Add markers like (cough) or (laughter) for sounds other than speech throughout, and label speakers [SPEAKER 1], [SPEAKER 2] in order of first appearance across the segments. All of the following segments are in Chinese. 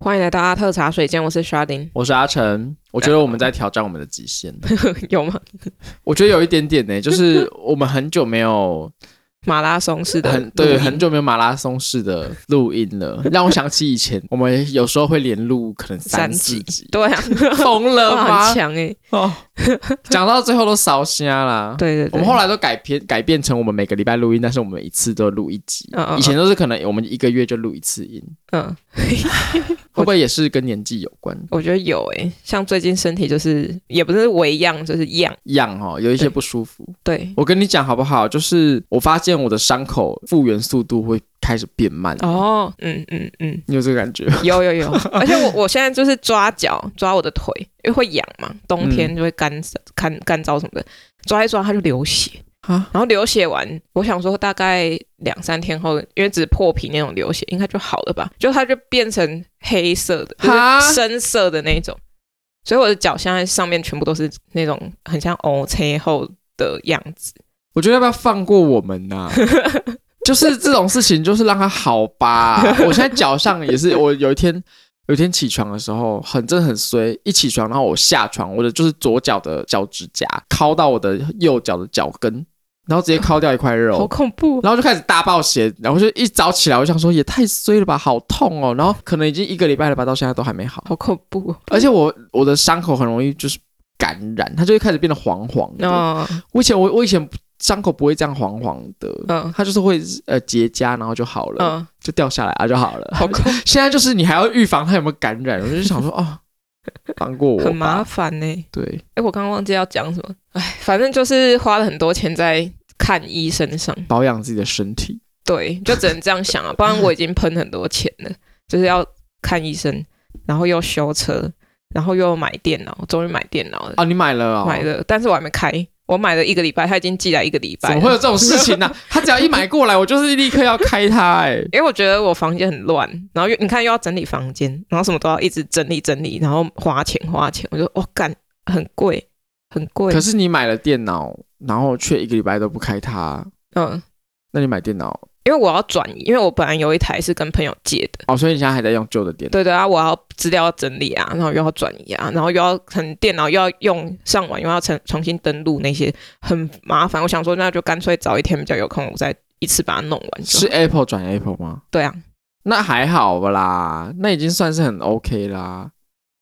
[SPEAKER 1] 欢迎来到阿特茶水间，我是 Sharding， (laughs)
[SPEAKER 2] 我是阿成，我觉得我们在挑战我们的极限。
[SPEAKER 1] 有吗？
[SPEAKER 2] 我觉得有一点点呢、就是我们很久没
[SPEAKER 1] (laughs)
[SPEAKER 2] 有
[SPEAKER 1] 马拉松式的录
[SPEAKER 2] 很
[SPEAKER 1] 音，
[SPEAKER 2] 对很久没有马拉松式的录音
[SPEAKER 1] (laughs)
[SPEAKER 2] 了，让我想起以前我们有时候会连录可能
[SPEAKER 1] 三
[SPEAKER 2] 三四集，
[SPEAKER 1] 对
[SPEAKER 2] (laughs)
[SPEAKER 1] 啊，
[SPEAKER 2] 疯
[SPEAKER 1] (laughs)
[SPEAKER 2] 了
[SPEAKER 1] 哇很
[SPEAKER 2] 吗？
[SPEAKER 1] 强哎、 (laughs)
[SPEAKER 2] 哦，讲到最后都烧瞎啦。
[SPEAKER 1] 对对对，
[SPEAKER 2] 我们后来都改编改变成我们每个礼拜录音，但是我们一次都录一集
[SPEAKER 1] 嗯嗯。嗯
[SPEAKER 2] 以前都是可能我们一个月就录一次音，
[SPEAKER 1] 嗯，
[SPEAKER 2] 会不会也是跟年纪有关？
[SPEAKER 1] 我觉得有哎、像最近身体就是也不是微恙，就是恙，
[SPEAKER 2] 一样哦，有一些
[SPEAKER 1] 对
[SPEAKER 2] 不舒服。
[SPEAKER 1] 对
[SPEAKER 2] 我跟你讲好不好？就是我发现我的伤口复原速度会开始变慢。
[SPEAKER 1] 哦，嗯嗯嗯，
[SPEAKER 2] 你有这个感觉？
[SPEAKER 1] 有有
[SPEAKER 2] (laughs)
[SPEAKER 1] 有，而且我我现在就是抓脚抓我的腿，因为会痒嘛，冬
[SPEAKER 2] 嗯
[SPEAKER 1] 天就会干干干燥什么的，抓一抓它就流血，
[SPEAKER 2] 啊，
[SPEAKER 1] 然后流血完，我想说大概两三天后，因为只是破皮那种流血，应该就好了吧？就它就变成黑色的，
[SPEAKER 2] 哈
[SPEAKER 1] 就是深色的那种。所以我的脚现在上面全部都是那种很像 O C 后的样子。
[SPEAKER 2] 我觉得要不要放过我们呐、 (laughs) 就是这种事情，就是让它好
[SPEAKER 1] (laughs)
[SPEAKER 2] 吧。我现在脚上也是，我有一天有一天起床的时候，很真的很衰，一起床，然后我下床，我的就是左脚的脚趾甲敲到我的右脚的脚跟，然后直接敲掉一块肉，
[SPEAKER 1] 好恐怖！啊
[SPEAKER 2] 然后就开始大暴血，然后就一早起来，我想说也太衰了吧，好痛哦。然后可能已经一个礼拜了吧，到现在都还没好，哦
[SPEAKER 1] 好恐怖
[SPEAKER 2] 而且我我的伤口很容易就是感染，它就会开始变得黄黄的。
[SPEAKER 1] 哦！
[SPEAKER 2] 我以前我我以前伤口不会这样黄黄的，
[SPEAKER 1] 嗯
[SPEAKER 2] 它就是会呃结痂，然后就好了，
[SPEAKER 1] 嗯，
[SPEAKER 2] 就掉下来啊就好了。
[SPEAKER 1] 好恐，
[SPEAKER 2] 现在就是你还要预防它有没有感染，我就想说哦，放过我
[SPEAKER 1] 嗯很麻
[SPEAKER 2] 吧。
[SPEAKER 1] 烦呢、
[SPEAKER 2] 对，
[SPEAKER 1] 哎，我刚刚忘记要讲什么。哎，反正就是花了很多钱在看医生上。
[SPEAKER 2] 保养自己的身体。
[SPEAKER 1] 对，就只能这样想啊，不然我已经喷很多钱了，就是要看医生，然后又修车，然后又买电脑，终于买电脑了，
[SPEAKER 2] 哦，你买了哦？
[SPEAKER 1] 买了，但是我还没开，我买了一个礼拜，他已经寄来一个礼拜了
[SPEAKER 2] 怎么会有这种事情呢、他只要一买过来，我就是立刻要开它、哎，
[SPEAKER 1] (laughs) 因为我觉得我房间很乱，然后又你看又要整理房间，然后什么都要一直整理整理，然后花钱花钱，我就我干、很贵很贵
[SPEAKER 2] 可，是你买了电脑，然后却一个礼拜都不开它，
[SPEAKER 1] 嗯，
[SPEAKER 2] 那你买电脑
[SPEAKER 1] 因为我要转移，因为我本来有一台是跟朋友借的。
[SPEAKER 2] 哦，所以你现在还在用旧的电脑？
[SPEAKER 1] 对对啊，我要资料要整理啊，然后又要转移啊，然后又要可能电脑又要用上网，又要重重新登录那些，很麻烦。我想说，那就干脆早一天比较有空，我再一次把它弄完就好。
[SPEAKER 2] 是 Apple 转 Apple 吗？
[SPEAKER 1] 对啊，
[SPEAKER 2] 那还好吧啦，那已经算是很 OK 啦。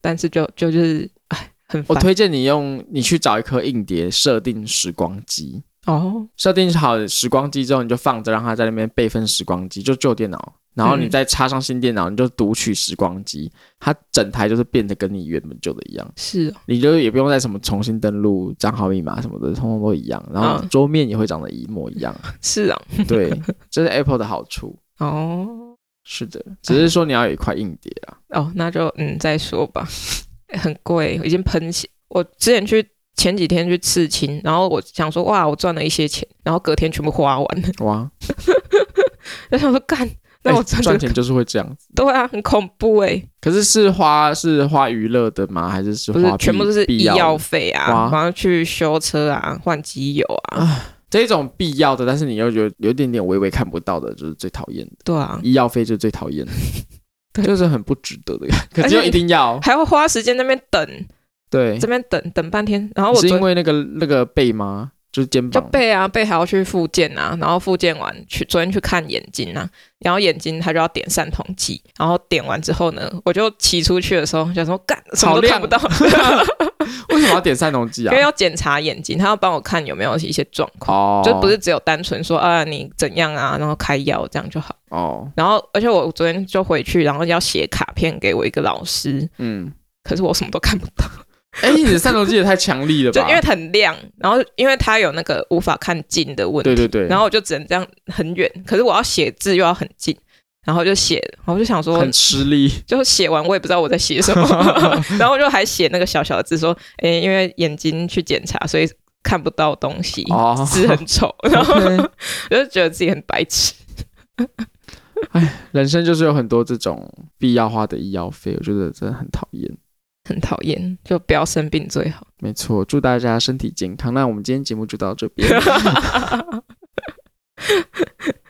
[SPEAKER 1] 但是就就就是哎，很
[SPEAKER 2] 我
[SPEAKER 1] 烦
[SPEAKER 2] 推荐你用，你去找一颗硬碟，设定时光机，
[SPEAKER 1] 哦。
[SPEAKER 2] 设定好时光机之后，你就放着，让它在那边备份时光机，就旧电脑，然后你
[SPEAKER 1] 嗯
[SPEAKER 2] 再插上新电脑，你就读取时光机，它整台就是变得跟你原本旧的一样。
[SPEAKER 1] 是哦
[SPEAKER 2] 你就也不用再什么重新登录账号密码什么的，通通都一样，然后
[SPEAKER 1] 嗯
[SPEAKER 2] 桌面也会长得一模一样。
[SPEAKER 1] 是啊，
[SPEAKER 2] 对，
[SPEAKER 1] (laughs)
[SPEAKER 2] 这是 Apple 的好处。
[SPEAKER 1] 哦
[SPEAKER 2] 是的，只
[SPEAKER 1] 哎
[SPEAKER 2] 是说你要有一块硬碟啊。
[SPEAKER 1] 哦，那就嗯再说吧， (laughs) 很贵，已经喷血。我之前去前几天去刺青，然后我想说哇，我赚了一些钱，然后隔天全部花完了，
[SPEAKER 2] 哇，
[SPEAKER 1] 我想说干， (laughs) 那我
[SPEAKER 2] 哎
[SPEAKER 1] 真的、
[SPEAKER 2] 赚钱就是会这样子。
[SPEAKER 1] 对啊，很恐怖哎、
[SPEAKER 2] 可是是花是花娱乐的吗？还是是
[SPEAKER 1] 不是
[SPEAKER 2] 花必
[SPEAKER 1] 全部都是
[SPEAKER 2] 必
[SPEAKER 1] 医
[SPEAKER 2] 要
[SPEAKER 1] 药
[SPEAKER 2] 的
[SPEAKER 1] 费啊
[SPEAKER 2] 哇，
[SPEAKER 1] 然后去修车啊，换机油啊，
[SPEAKER 2] 这种必要的，但是你又觉得有一点点微微看不到的，就是最讨厌的。
[SPEAKER 1] 对啊，
[SPEAKER 2] 医药费就是最讨厌的
[SPEAKER 1] (laughs) 对。
[SPEAKER 2] 就是很不值得的，可
[SPEAKER 1] 而
[SPEAKER 2] 是
[SPEAKER 1] 且
[SPEAKER 2] 又一定
[SPEAKER 1] (laughs)
[SPEAKER 2] 要
[SPEAKER 1] 还要花时间在那边等，
[SPEAKER 2] 对
[SPEAKER 1] 这，边等等半天，然后我
[SPEAKER 2] 哎是因
[SPEAKER 1] 昨
[SPEAKER 2] 为那个那个背吗？就是肩
[SPEAKER 1] 就
[SPEAKER 2] 膀
[SPEAKER 1] 背啊背还要去复健啊，然后复健完去昨天去看眼睛啊，然后眼睛他就要点散瞳剂，然后点完之后呢，我就骑出去的时候想说干什么
[SPEAKER 2] 好
[SPEAKER 1] 都看
[SPEAKER 2] 亮
[SPEAKER 1] 不到，
[SPEAKER 2] (laughs) 为什么要点散瞳剂
[SPEAKER 1] 因
[SPEAKER 2] 啊
[SPEAKER 1] 为？要检查眼睛，他要帮我看有没有一些状况，
[SPEAKER 2] 哦，
[SPEAKER 1] 就不是只有单纯说啊你怎样啊，然后开药这样就好。
[SPEAKER 2] 哦，
[SPEAKER 1] 然后，而且我昨天就回去，然后要写卡片给我一个老师，
[SPEAKER 2] 嗯，
[SPEAKER 1] 可是我什么都看不到，
[SPEAKER 2] 哎、你的散瞳剂也太强力
[SPEAKER 1] (laughs)
[SPEAKER 2] 了
[SPEAKER 1] 就
[SPEAKER 2] 吧？
[SPEAKER 1] 因为很亮，然后因为它有那个无法看近的问题，
[SPEAKER 2] 对对对，
[SPEAKER 1] 然后我就只能这样很远，可是我要写字又要很近，然后就写，然后我就想说
[SPEAKER 2] 很，吃力，
[SPEAKER 1] 就写完我也不知道我在写什
[SPEAKER 2] (laughs)
[SPEAKER 1] 么，然后我就还写那个小小的字说，诶，因为眼睛去检查，所以看不到东西，
[SPEAKER 2] 哦
[SPEAKER 1] 字很丑， (laughs) 然后
[SPEAKER 2] OK
[SPEAKER 1] 我就觉得自己很白痴，
[SPEAKER 2] 人生就是有很多这种必要花的医药费，我觉得真的很讨厌。
[SPEAKER 1] 很讨厌，就不要生病最好。
[SPEAKER 2] 没错，祝大家 (laughs) 身体健康。那我们今天节目就到这边。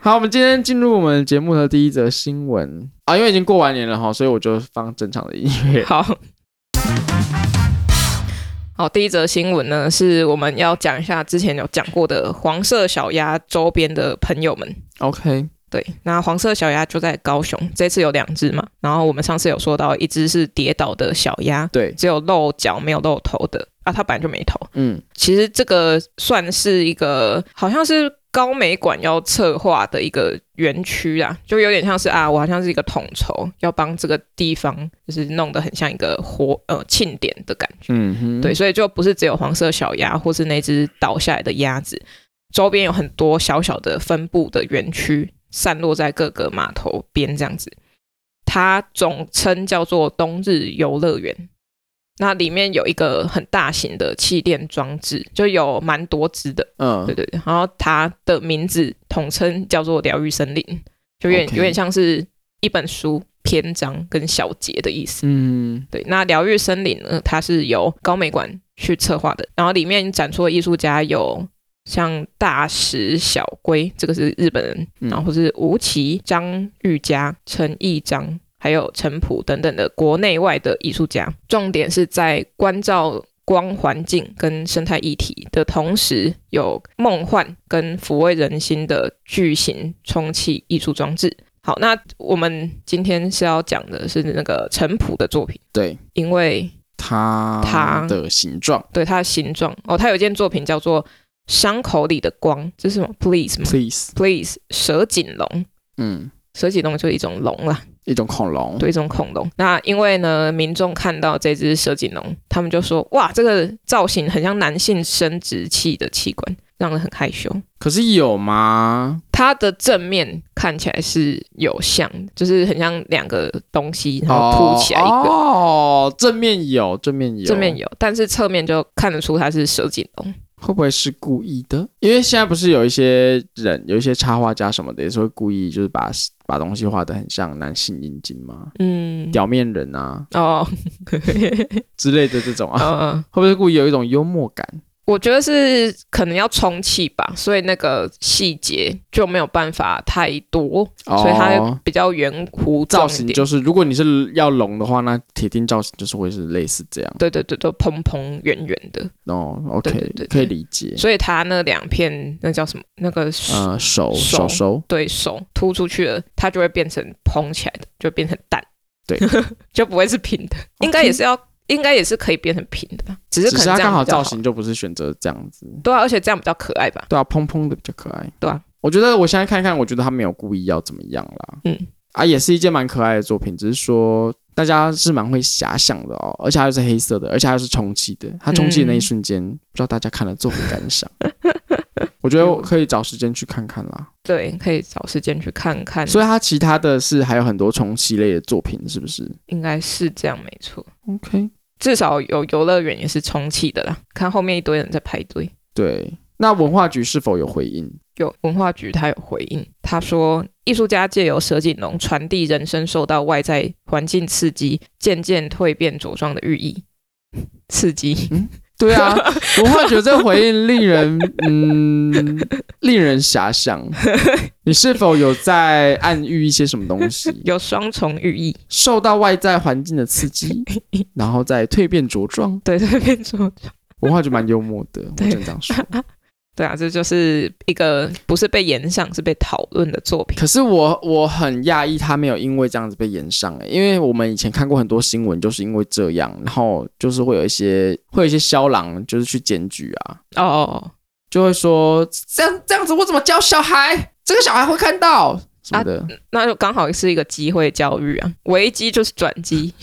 [SPEAKER 2] 好，我们今天进入我们节目的第一则新闻啊，因为已经过完年了哈，所以我就放正常的音乐。 (laughs)
[SPEAKER 1] 好。好，第一则新闻呢，是我们要讲一下之前有讲过的黄色小鸭周边的朋友们。
[SPEAKER 2] OK，
[SPEAKER 1] 对，那黄色小鸭就在高雄，这次有两只嘛。然后我们上次有说到，一只是跌倒的小鸭，
[SPEAKER 2] 对，
[SPEAKER 1] 只有露脚没有露头的啊，它本来就没头。
[SPEAKER 2] 嗯，
[SPEAKER 1] 其实这个算是一个，好像是高美馆要策划的一个园区啊，就有点像是啊，我好像是一个统筹，要帮这个地方就是弄得很像一个活呃庆典的感觉。
[SPEAKER 2] 嗯哼，
[SPEAKER 1] 对，，所以就不是只有黄色小鸭，或是那只倒下来的鸭子，周边有很多小小的分布的园区，散落在各个码头边这样子。它总称叫做冬日游乐园。那里面有一个很大型的气垫装置，就有蛮多只的，
[SPEAKER 2] 嗯
[SPEAKER 1] 对，对对。然后它的名字统称叫做疗愈森林，就有点
[SPEAKER 2] OK
[SPEAKER 1] 有点像是一本书篇章跟小节的意思。
[SPEAKER 2] 嗯，
[SPEAKER 1] 对，那疗愈森林呢，它是由高美馆去策划的，然后里面展出的艺术家有像大石小龟，这个是日本人，
[SPEAKER 2] 嗯
[SPEAKER 1] 然后是吴奇、张玉佳、陈义章，还有陈普等等的国内外的艺术家。重点是在关照。光环境跟生态议题的同时，有梦幻跟抚慰人心的巨型充气艺术装置。好，那我们今天是要讲的是那个陈普的作品。
[SPEAKER 2] 对，
[SPEAKER 1] 因为
[SPEAKER 2] 它
[SPEAKER 1] 它
[SPEAKER 2] 的形状
[SPEAKER 1] 对它的形状哦，它有一件作品叫做《伤口里的光》，这是什么？Please 吗
[SPEAKER 2] ，please，
[SPEAKER 1] ？Please，蛇颈龙，
[SPEAKER 2] 嗯，
[SPEAKER 1] 蛇颈龙就是一种龙啦，
[SPEAKER 2] 一种恐龙，
[SPEAKER 1] 对，一种恐龙。那因为呢，民众看到这只蛇颈龙，他们就说：“哇，这个造型很像男性生殖器的器官，让人很害羞。”
[SPEAKER 2] 可是有吗？
[SPEAKER 1] 它的正面看起来是有像，就是很像两个东西，然后
[SPEAKER 2] 哦
[SPEAKER 1] 凸起来一个，
[SPEAKER 2] 哦，正面有，正面有，
[SPEAKER 1] 正面有，但是侧面就看得出它是蛇颈龙。
[SPEAKER 2] 会不会是故意的？因为现在不是有一些人，有一些插画家什么的，也是会故意就是把把东西画的很像男性阴茎吗？
[SPEAKER 1] 嗯，
[SPEAKER 2] 表面人啊
[SPEAKER 1] 哦， (laughs)
[SPEAKER 2] 之类的这种啊，
[SPEAKER 1] 嗯嗯，
[SPEAKER 2] 会不会是故意有一种幽默感？
[SPEAKER 1] 我觉得是可能要充气吧，所以那个细节就没有办法太多，所以它
[SPEAKER 2] 哦、
[SPEAKER 1] 比较圆弧
[SPEAKER 2] 造
[SPEAKER 1] 状
[SPEAKER 2] 型
[SPEAKER 1] 一点。
[SPEAKER 2] 就是，如果你是要龙的话，那铁定造型就是会是类似这样。
[SPEAKER 1] 对对对，都蓬蓬圆圆的，
[SPEAKER 2] 哦，OK，
[SPEAKER 1] 对对对对
[SPEAKER 2] 可以理解。
[SPEAKER 1] 所以它那两片那叫什么？那个手、
[SPEAKER 2] 呃，手
[SPEAKER 1] 手
[SPEAKER 2] 手手，
[SPEAKER 1] 对手突出去了，它就会变成蓬起来的，就变成蛋，
[SPEAKER 2] 对，
[SPEAKER 1] (laughs) 就不会是平的。应该也是要，应该也是可以变成平的吧，只是
[SPEAKER 2] 只
[SPEAKER 1] 可能
[SPEAKER 2] 是
[SPEAKER 1] 这样
[SPEAKER 2] 它刚好
[SPEAKER 1] 比较
[SPEAKER 2] 造型就不是选择这样子。
[SPEAKER 1] 对啊，而且这样比较可爱吧。
[SPEAKER 2] 对啊，蓬蓬的比较可爱。
[SPEAKER 1] 对啊，
[SPEAKER 2] 我觉得我现在看看，我觉得他没有故意要怎么样啦。
[SPEAKER 1] 嗯，
[SPEAKER 2] 啊，也是一件蛮可爱的作品，只是说大家是蛮会遐想的哦，而且它又是黑色的，而且它又是充气的。它充气的
[SPEAKER 1] 嗯
[SPEAKER 2] 那一瞬间，不知道大家看了作品感想。我觉得我可以找时间去看看啦。
[SPEAKER 1] 对，可以找时间去看看，
[SPEAKER 2] 所以它其他的是还有很多充气类的作品，是不是
[SPEAKER 1] 应该是这样没错。
[SPEAKER 2] ？OK，
[SPEAKER 1] 至少有游乐园也是充气的啦。看后面一堆人在排队，
[SPEAKER 2] 对。那文化局是否有回应？
[SPEAKER 1] 有文化局他有回应，他说艺术家借由蛇颈龙传递人生受到外在环境刺激，渐渐蜕变茁壮的寓意。 (laughs) 刺激，
[SPEAKER 2] 对
[SPEAKER 1] (laughs)
[SPEAKER 2] 啊，文化觉得这回应令人嗯，令人遐
[SPEAKER 1] (laughs)
[SPEAKER 2] 想。你是否有在暗喻一些什么东西？
[SPEAKER 1] 有双重寓意，
[SPEAKER 2] 受到外在环境的
[SPEAKER 1] (laughs)
[SPEAKER 2] 刺激，然后再蜕变茁壮？
[SPEAKER 1] 对，蜕变茁壮。
[SPEAKER 2] 文化觉蛮幽默的，我
[SPEAKER 1] 对
[SPEAKER 2] 只能这样说。
[SPEAKER 1] 对啊，这就是一个不是被延上，是被讨论的作品。
[SPEAKER 2] 可是我我很讶异，他没有因为这样子被延上、欸，因为我们以前看过很多新闻，就是因为这样，然后就是会有一些会有一些肖郎就是去检举啊，
[SPEAKER 1] 哦哦，
[SPEAKER 2] 就会说这样这样子我怎么教小孩？这个小孩会看到什么的。
[SPEAKER 1] 哦那就刚好是一个机会教育啊，危机就是转机。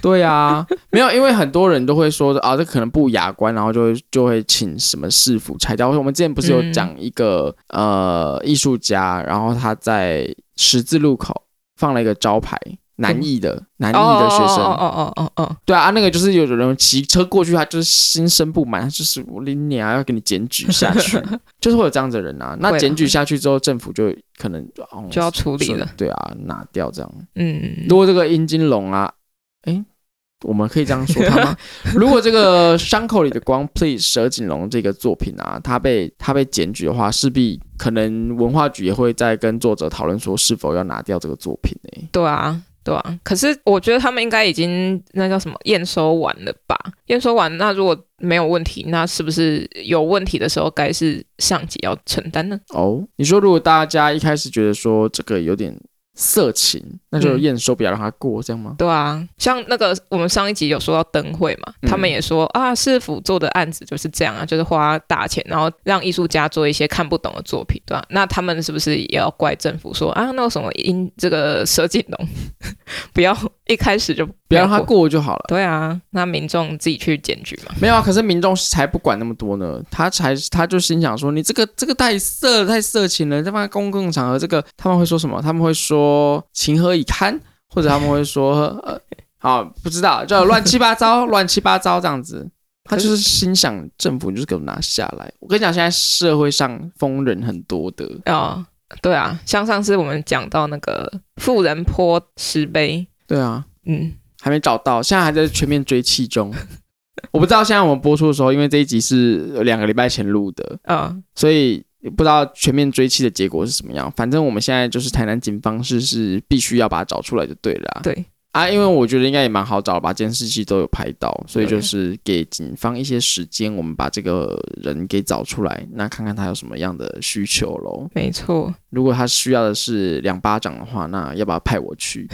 [SPEAKER 2] 对啊，没有，因为很多人都会说啊，这可能不雅观，然后就会就会请什么市府拆掉。我们之前不是有讲一个、呃艺术家，然后他在十字路口放了一个招牌，南艺的、南艺的学生，
[SPEAKER 1] 哦哦哦哦哦哦，
[SPEAKER 2] 对啊，啊那个就是有人骑车过去，他就是心生不满，他就是我拎你啊，要给你检举下
[SPEAKER 1] (laughs)
[SPEAKER 2] 去，就是会有这样子的人啊。
[SPEAKER 1] 会
[SPEAKER 2] 那
[SPEAKER 1] 啊
[SPEAKER 2] 检举下去之后，政府就可能就、哦、
[SPEAKER 1] 就要处理
[SPEAKER 2] 说
[SPEAKER 1] 了。
[SPEAKER 2] 对啊，拿掉这样。
[SPEAKER 1] 嗯，
[SPEAKER 2] 如果这个阴茎龙啊，诶，我们可以这样说他
[SPEAKER 1] (laughs)
[SPEAKER 2] 吗？如果这个伤口里的光，please 蛇颈龙这个作品啊，它被它被检举的话，势必可能文化局也会在跟作者讨论说是否要拿掉这个作品欸呢、
[SPEAKER 1] 对啊，对啊。可是我觉得他们应该已经那叫什么验收完了吧？验收完，那如果没有问题，那是不是有问题的时候该是上级要承担呢？
[SPEAKER 2] 哦，你说如果大家一开始觉得说这个有点色情，那就
[SPEAKER 1] 嗯
[SPEAKER 2] 验收不要让它过，这样吗？
[SPEAKER 1] 对啊，像那个我们上一集有说到灯会嘛，
[SPEAKER 2] 嗯
[SPEAKER 1] 他们也说啊，市府做的案子就是这样啊，就是花大钱，然后让艺术家做一些看不懂的作品，对吧、啊那他们是不是也要怪政府说啊，那为什么因这个蛇颈龙 (laughs) 不要一开始就
[SPEAKER 2] 不要让它
[SPEAKER 1] 过？
[SPEAKER 2] 过就好了。
[SPEAKER 1] 对啊，那民众自己去检举嘛。
[SPEAKER 2] 没有啊，可是民众才不管那么多呢，他才他就心想说，你这个这个太色太色情了，他妈公共场合这个他们会说什么？他们会说情何以堪，或者他们会说呃， (laughs) 好不知道，就乱七八糟，乱七八糟这样子。他就是心想政府你就是给我拿下来。我跟你讲，现在社会上疯人很多的，
[SPEAKER 1] 哦，对啊，像上次我们讲到那个富人坡石碑，
[SPEAKER 2] 对啊，
[SPEAKER 1] 嗯，
[SPEAKER 2] 还没找到，现在还在全面追气中。我不知道现在我们播出的时候，因为这一集是两个礼拜前录的，
[SPEAKER 1] 哦，
[SPEAKER 2] 所以不知道全面追气的结果是什么样。反正我们现在就是台南警方是是必须要把它找出来就对了啊、
[SPEAKER 1] 对，
[SPEAKER 2] 啊，因为我觉得应该也蛮好找吧，监视器都有拍到，所以就是给警方一些时间，我们把这个人给找出来，那看看他有什么样的需求喽。
[SPEAKER 1] 没错，
[SPEAKER 2] 如果他需要的是两巴掌的话，那要不要派我
[SPEAKER 1] (laughs)
[SPEAKER 2] 去？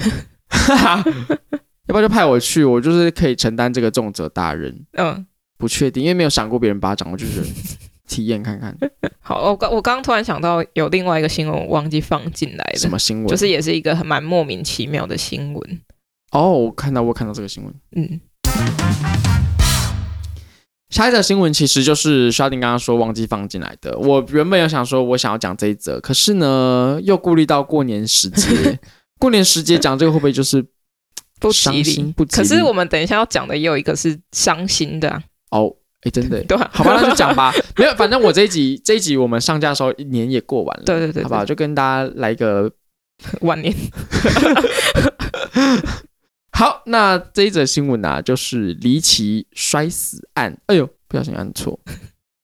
[SPEAKER 2] 要不要就派我去？我就是可以承担这个重责大任。
[SPEAKER 1] 嗯，
[SPEAKER 2] 不确定，因为没有赏过别人巴掌，我就是体验
[SPEAKER 1] (laughs)
[SPEAKER 2] 看看
[SPEAKER 1] 好，我刚我刚刚突然想到有另外一个新闻，我忘记放进来
[SPEAKER 2] 什
[SPEAKER 1] 了，
[SPEAKER 2] 么新闻。
[SPEAKER 1] 就是也是一个很蛮莫名其妙的新闻，
[SPEAKER 2] 哦，我看到我看到这个新闻。
[SPEAKER 1] 嗯，
[SPEAKER 2] 下一则新闻其实就是沙丁刚刚说忘记放进来的。我原本有想说，我想要讲这一则，可是呢，又顾虑到过年
[SPEAKER 1] (laughs)
[SPEAKER 2] 时节，过年时节讲这个会不会就是
[SPEAKER 1] 不
[SPEAKER 2] 伤
[SPEAKER 1] 吉利
[SPEAKER 2] 心。不吉
[SPEAKER 1] 可
[SPEAKER 2] 利
[SPEAKER 1] 是我们等一下要讲的也有一个是伤心的、啊，
[SPEAKER 2] 哦？哎，真的耶，
[SPEAKER 1] (laughs) 对啊，
[SPEAKER 2] 好吧，那就讲吧。没有，反正我这一集这一集我们上架的时候年也过完了，
[SPEAKER 1] 对对对对
[SPEAKER 2] 好吧，就跟大家来个
[SPEAKER 1] (laughs) 晚年，
[SPEAKER 2] 好。那这一则新闻啊，就是离奇摔死案。哎呦，不小心按错。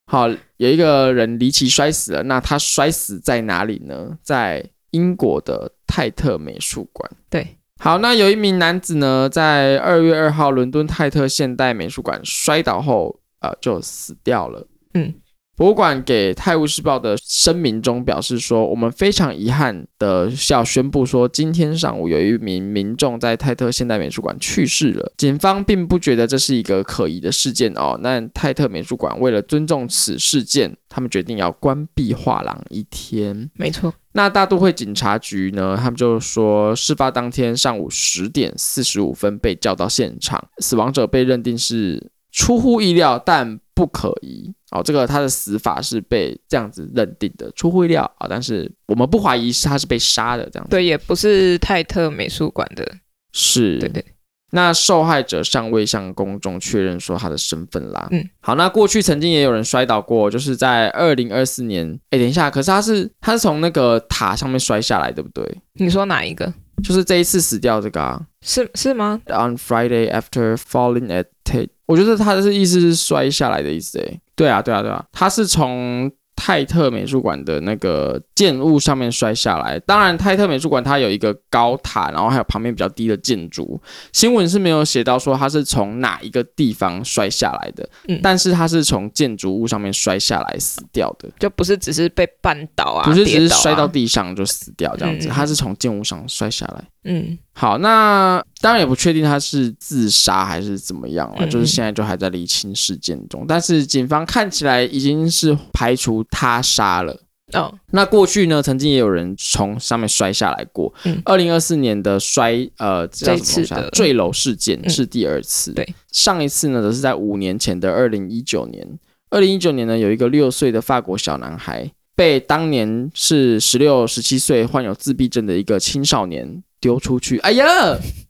[SPEAKER 2] 好，有一个人离奇摔死了，那他摔死在哪里呢？在英国的泰特美术馆。
[SPEAKER 1] 对，
[SPEAKER 2] 好，那有一名男子呢，在二月二号伦敦泰特现代美术馆摔倒后，呃，就死掉了。
[SPEAKER 1] 嗯，
[SPEAKER 2] 博物馆给《泰晤士报》的声明中表示说，我们非常遗憾的要宣布说，今天上午有一名民众在泰特现代美术馆去世了。警方并不觉得这是一个可疑的事件哦。那泰特美术馆为了尊重此事件，他们决定要关闭画廊一天。
[SPEAKER 1] 没错，
[SPEAKER 2] 那大都会警察局呢，他们就说，事发当天上午十点四十五分被叫到现场，死亡者被认定是出乎意料但不可疑。哦，这个他的死法是被这样子认定的，出乎意料啊、但是我们不怀疑是他是被杀的这样子。
[SPEAKER 1] 对，也不是泰特美术馆的，
[SPEAKER 2] 是，
[SPEAKER 1] 对对，
[SPEAKER 2] 那受害者尚未向公众确认说他的身份啦。
[SPEAKER 1] 嗯，
[SPEAKER 2] 好，那过去曾经也有人摔倒过，就是在二零二四年。哎，等一下，可是他是他是从那个塔上面摔下来，对不对？
[SPEAKER 1] 你说哪一个？
[SPEAKER 2] 就是这一次死掉这个啊
[SPEAKER 1] 是是吗？
[SPEAKER 2] ，on Friday after falling at Tate，我觉得他的意思是摔下来的意思诶。对啊，对啊，对啊，他是从泰特美术馆的那个建物上面摔下来。当然，泰特美术馆它有一个高塔，然后还有旁边比较低的建筑。新闻是没有写到说他是从哪一个地方摔下来的，
[SPEAKER 1] 嗯
[SPEAKER 2] 但是他是从建筑物上面摔下来死掉的。
[SPEAKER 1] 就不是只是被绊倒啊，
[SPEAKER 2] 不是
[SPEAKER 1] 跌
[SPEAKER 2] 只是
[SPEAKER 1] 倒啊
[SPEAKER 2] 摔到，地上就死掉这样
[SPEAKER 1] 嗯
[SPEAKER 2] 子，
[SPEAKER 1] 嗯嗯
[SPEAKER 2] 他是从建物上摔下来。
[SPEAKER 1] 嗯，
[SPEAKER 2] 好，那当然也不确定他是自杀还是怎么样了，
[SPEAKER 1] 嗯
[SPEAKER 2] 就是现在就还在厘清事件中。但是警方看起来已经是排除他杀了。
[SPEAKER 1] 哦，
[SPEAKER 2] 那过去呢，曾经也有人从上面摔下来过
[SPEAKER 1] 嗯。
[SPEAKER 2] 二零二四年的摔呃，这叫
[SPEAKER 1] 这一
[SPEAKER 2] 什么东
[SPEAKER 1] 次
[SPEAKER 2] 西啊
[SPEAKER 1] 的
[SPEAKER 2] 坠楼事件
[SPEAKER 1] 嗯
[SPEAKER 2] 是第二次。
[SPEAKER 1] 对，
[SPEAKER 2] 上一次呢，则是在五年前的二零一九年。二零一九年呢，有一个六岁的法国小男孩被当年是十六、十七岁患有自闭症的一个青少年丢出去。哎呀！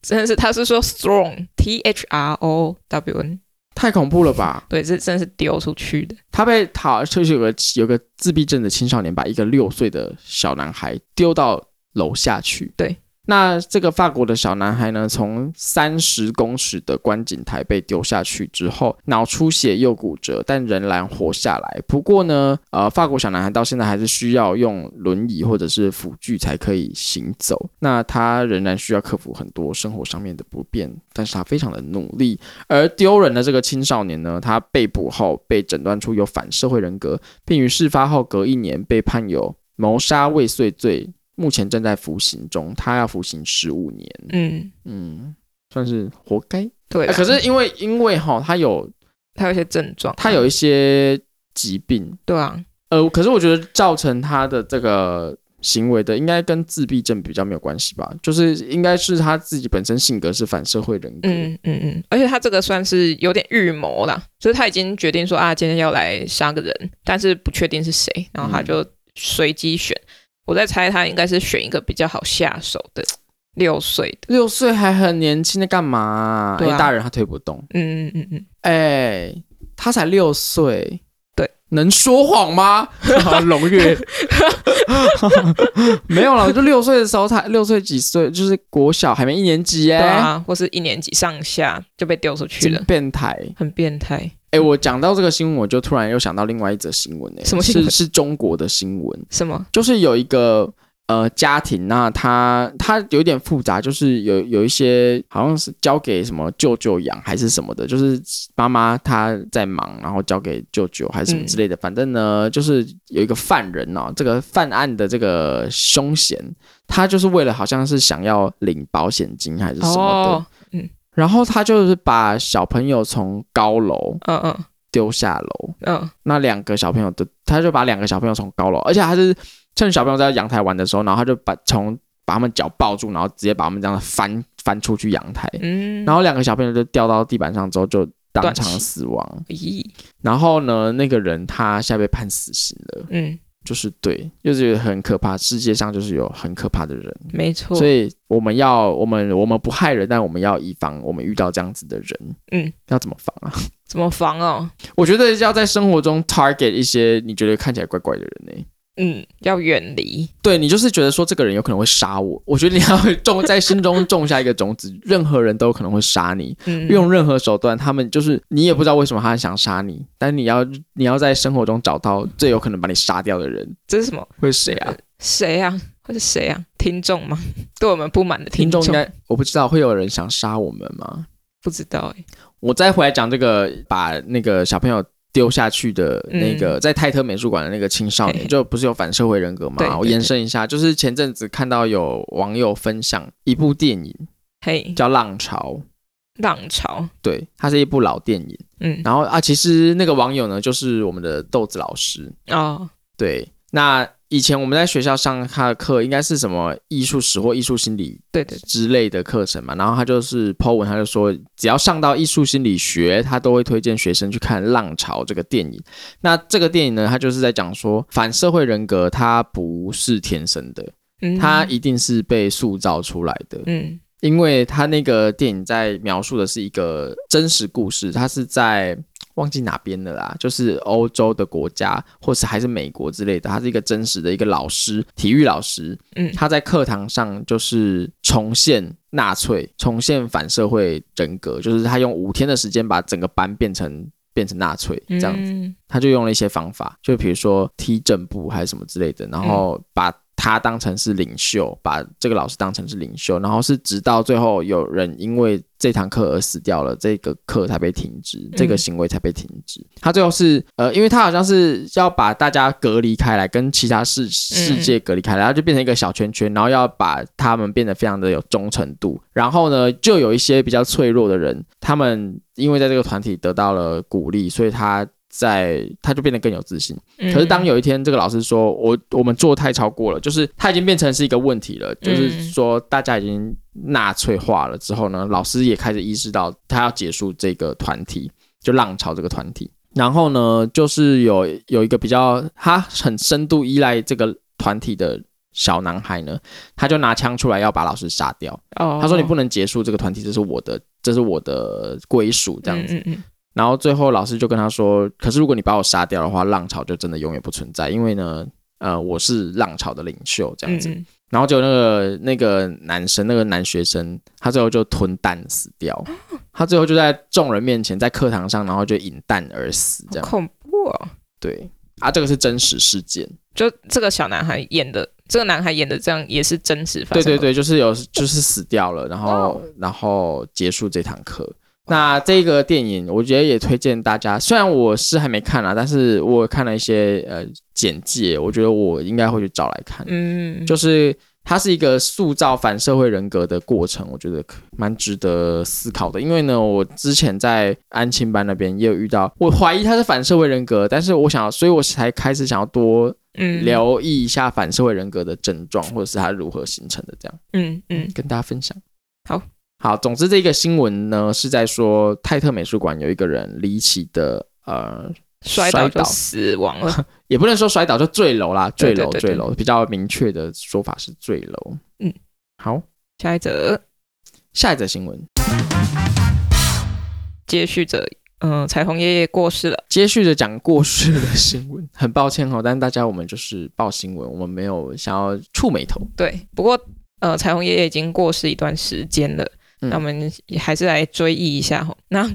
[SPEAKER 1] 真的是，他是说 strong t h r o w n，
[SPEAKER 2] 太恐怖了吧！
[SPEAKER 1] 对，这真的是丢出去的，
[SPEAKER 2] 他被他就是有个有个自闭症的青少年把一个六岁的小男孩丢到楼下去，
[SPEAKER 1] 对，
[SPEAKER 2] 那这个法国的小男孩呢，从三十公尺的观景台被丢下去之后，脑出血又骨折，但仍然活下来。不过呢，呃，法国小男孩到现在还是需要用轮椅或者是辅具才可以行走。那他仍然需要克服很多生活上面的不便，但是他非常的努力。而丢人的这个青少年呢，他被捕后被诊断出有反社会人格，并于事发后隔一年被判有谋杀未遂罪，目前正在服刑中，他要服刑十五年，
[SPEAKER 1] 嗯，
[SPEAKER 2] 嗯，算是活该。
[SPEAKER 1] 对
[SPEAKER 2] 啊
[SPEAKER 1] 啦、
[SPEAKER 2] 可是因为因为哈，他有
[SPEAKER 1] 他有一些症状，啊
[SPEAKER 2] 他有一些疾病，
[SPEAKER 1] 对啊，
[SPEAKER 2] 呃，可是我觉得造成他的这个行为的，应该跟自闭症比较没有关系吧，就是应该是他自己本身性格是反社会人格，
[SPEAKER 1] 嗯嗯嗯，而且他这个算是有点预谋啦，就是他已经决定说啊，今天要来杀个人，但是不确定是谁，然后
[SPEAKER 2] 嗯
[SPEAKER 1] 他就随机选。我在猜他应该是选一个比较好下手的，六岁的，
[SPEAKER 2] 六岁还很年轻，在干嘛啊、
[SPEAKER 1] 对啊
[SPEAKER 2] 因为大人他推不动。
[SPEAKER 1] 嗯嗯嗯
[SPEAKER 2] 哎、他才六岁，
[SPEAKER 1] 对，
[SPEAKER 2] 能说谎 (laughs) 吗？龙月， (laughs) 没有了，就六岁的时候才六岁几岁，就是国小还没一年级耶、
[SPEAKER 1] 嗯，对啊，或是一年级上下就被丢出去
[SPEAKER 2] 真
[SPEAKER 1] 了，
[SPEAKER 2] 变态。
[SPEAKER 1] 很变态。
[SPEAKER 2] 哎、我讲到这个新闻，我就突然又想到另外一则新闻、哎，
[SPEAKER 1] 什么新闻
[SPEAKER 2] 是是中国的新闻，
[SPEAKER 1] 什么？
[SPEAKER 2] 就是有一个呃家庭，那他他有点复杂，就是有有一些好像是交给什么舅舅养还是什么的，就是妈妈她在忙，然后交给舅舅还是什么之类的。反正呢，就是有一个犯人哦，这个犯案的这个凶嫌，他就是为了好像是想要领保险金还是什么的，
[SPEAKER 1] 哦，
[SPEAKER 2] 然后他就是把小朋友从高楼
[SPEAKER 1] 嗯嗯
[SPEAKER 2] 丢下楼。
[SPEAKER 1] 嗯，
[SPEAKER 2] 那两个小朋友的，他就把两个小朋友从高楼，而且他是趁小朋友在阳台玩的时候，然后他就把从把他们脚抱住，然后直接把他们这样翻翻出去阳台，
[SPEAKER 1] 嗯，
[SPEAKER 2] 然后两个小朋友就掉到地板上之后就当
[SPEAKER 1] 断
[SPEAKER 2] 场
[SPEAKER 1] 气
[SPEAKER 2] 死亡。
[SPEAKER 1] 咦，
[SPEAKER 2] 然后呢，那个人他现在被判死刑了，
[SPEAKER 1] 嗯，
[SPEAKER 2] 就是对，就是很可怕。世界上就是有很可怕的人，
[SPEAKER 1] 没错
[SPEAKER 2] 所，以我们要我们我们不害人，但我们要以防我们遇到这样子的人。
[SPEAKER 1] 嗯，
[SPEAKER 2] 要怎么防啊？ (laughs)
[SPEAKER 1] 怎么防哦？
[SPEAKER 2] 我觉得要在生活中 target 一些你觉得看起来怪怪的人呢、
[SPEAKER 1] 嗯，要远离，
[SPEAKER 2] 对你就是觉得说这个人有可能会杀我， (laughs) 我觉得你要种在心中种下一个种子，任何人都有可能会杀你，
[SPEAKER 1] 嗯，
[SPEAKER 2] 用任何手段，他们就是你也不知道为什么他想杀你，但你要你要在生活中找到最有可能把你杀掉的人
[SPEAKER 1] 这是什么？
[SPEAKER 2] 会是谁啊？
[SPEAKER 1] 谁啊？会是谁啊？听众吗？ (laughs) 对我们不满的
[SPEAKER 2] 听
[SPEAKER 1] 众
[SPEAKER 2] 众应该我不知道会有人想杀我们吗？
[SPEAKER 1] 不知道哎、
[SPEAKER 2] 我再回来讲这个把那个小朋友。丢下去的那个，在泰特美术馆的那个青
[SPEAKER 1] 嗯
[SPEAKER 2] 少
[SPEAKER 1] 嘿
[SPEAKER 2] 年，
[SPEAKER 1] 嘿
[SPEAKER 2] 就不是有反社会人格
[SPEAKER 1] 对对
[SPEAKER 2] 嘛？我延伸一下，就是前阵子看到有网友分享一部电影
[SPEAKER 1] 嘿，
[SPEAKER 2] 叫《浪潮》，
[SPEAKER 1] 浪潮，
[SPEAKER 2] 对，它是一部老电影。
[SPEAKER 1] 嗯，
[SPEAKER 2] 然后啊，其实那个网友呢，就是我们的豆子老师。
[SPEAKER 1] 哦，
[SPEAKER 2] 对，那以前我们在学校上他的课，应该是什么艺术史或艺术心理
[SPEAKER 1] 对对，对
[SPEAKER 2] 之类的课程嘛。然后他就是 Po 文，他就说，只要上到艺术心理学，他都会推荐学生去看《浪潮》这个电影。那这个电影呢，他就是在讲说，反社会人格它不是天生的，
[SPEAKER 1] 嗯，
[SPEAKER 2] 它一定是被塑造出来的。
[SPEAKER 1] 嗯
[SPEAKER 2] 因为他那个电影在描述的是一个真实故事，它是在忘记哪边的啦，就是欧洲的国家，或是还是美国之类的。他是一个真实的一个老师，体育老师，
[SPEAKER 1] 嗯
[SPEAKER 2] 他在课堂上就是重现纳粹，重现反社会人格，就是他用五天的时间把整个班变成变成纳粹这样子。
[SPEAKER 1] 嗯
[SPEAKER 2] 他就用了一些方法，就比如说踢正步还是什么之类的，然后把他当成是领袖，把这个老师当成是领袖，然后是直到最后有人因为这堂课而死掉了，这个课才被停止，这个行为才被停止。他最后是呃，因为他好像是要把大家隔离开来，跟其他世世界隔离开来，然后就变成一个小圈圈，然后要把他们变得非常的有忠诚度。然后呢，就有一些比较脆弱的人，他们因为在这个团体得到了鼓励，所以他。在他就变得更有自信。
[SPEAKER 1] 嗯
[SPEAKER 2] 可是当有一天这个老师说我我们做太超过了，就是他已经变成是一个问题
[SPEAKER 1] 嗯
[SPEAKER 2] 了，就是说大家已经纳粹化了之后呢，老师也开始意识到他要结束这个团体，就浪潮这个团体。然后呢，就是有有一个比较他很深度依赖这个团体的小男孩呢，他就拿枪出来要把老师杀掉。
[SPEAKER 1] 哦，
[SPEAKER 2] 他说：“你不能结束这个团体，这是我的，这是我的归属。”这样子。
[SPEAKER 1] 嗯嗯嗯
[SPEAKER 2] 然后最后老师就跟他说：“可是如果你把我杀掉的话，浪潮就真的永远不存在，因为呢，呃，我是浪潮的领袖这样子。
[SPEAKER 1] 嗯嗯
[SPEAKER 2] 然后就那个那个男生，那个男学生，他最后就吞蛋死掉，
[SPEAKER 1] 啊
[SPEAKER 2] 他最后就在众人面前，在课堂上，然后就饮弹而死，这
[SPEAKER 1] 好
[SPEAKER 2] 样
[SPEAKER 1] 恐怖哦！
[SPEAKER 2] 对啊，这个是真实事件，
[SPEAKER 1] 就这个小男孩演的，这个男孩演的这样也是真实发
[SPEAKER 2] 对
[SPEAKER 1] 生。
[SPEAKER 2] 对，对，就是有就是死掉了，然
[SPEAKER 1] 哦
[SPEAKER 2] 后然后结束这堂课。那这个电影，我觉得也推荐大家。虽然我是还没看啊，但是我看了一些呃简介，我觉得我应该会去找来看。
[SPEAKER 1] 嗯，
[SPEAKER 2] 就是它是一个塑造反社会人格的过程，我觉得可蛮值得思考的。因为呢，我之前在安亲班那边也有遇到，我怀疑他是反社会人格，但是我想要，所以我才开始想要多
[SPEAKER 1] 嗯，
[SPEAKER 2] 留意一下反社会人格的症状，或者是它如何形成的，这样
[SPEAKER 1] 嗯嗯
[SPEAKER 2] 跟大家分享。
[SPEAKER 1] 好。
[SPEAKER 2] 好，总之这个新闻呢是在说泰特美术馆有一个人离奇的呃
[SPEAKER 1] 摔
[SPEAKER 2] 摔
[SPEAKER 1] 倒呃就
[SPEAKER 2] 倒
[SPEAKER 1] 死亡了。
[SPEAKER 2] 也不能说摔倒，就坠楼啦，
[SPEAKER 1] 对
[SPEAKER 2] 坠
[SPEAKER 1] 对
[SPEAKER 2] 楼，
[SPEAKER 1] 对
[SPEAKER 2] 坠
[SPEAKER 1] 对
[SPEAKER 2] 楼，比较明确的说法是坠楼。
[SPEAKER 1] 嗯，
[SPEAKER 2] 好，
[SPEAKER 1] 下一则
[SPEAKER 2] 下一则新闻，
[SPEAKER 1] 接续着，嗯、彩虹爷爷过世了。
[SPEAKER 2] 接续着讲过世的新闻，很抱歉哦，但是大家我们就是报新闻，我们没有想要触眉头。
[SPEAKER 1] 对，不过呃，彩虹爷爷已经过世一段时间了，
[SPEAKER 2] 嗯
[SPEAKER 1] 那我们也还是来追忆一下吼。那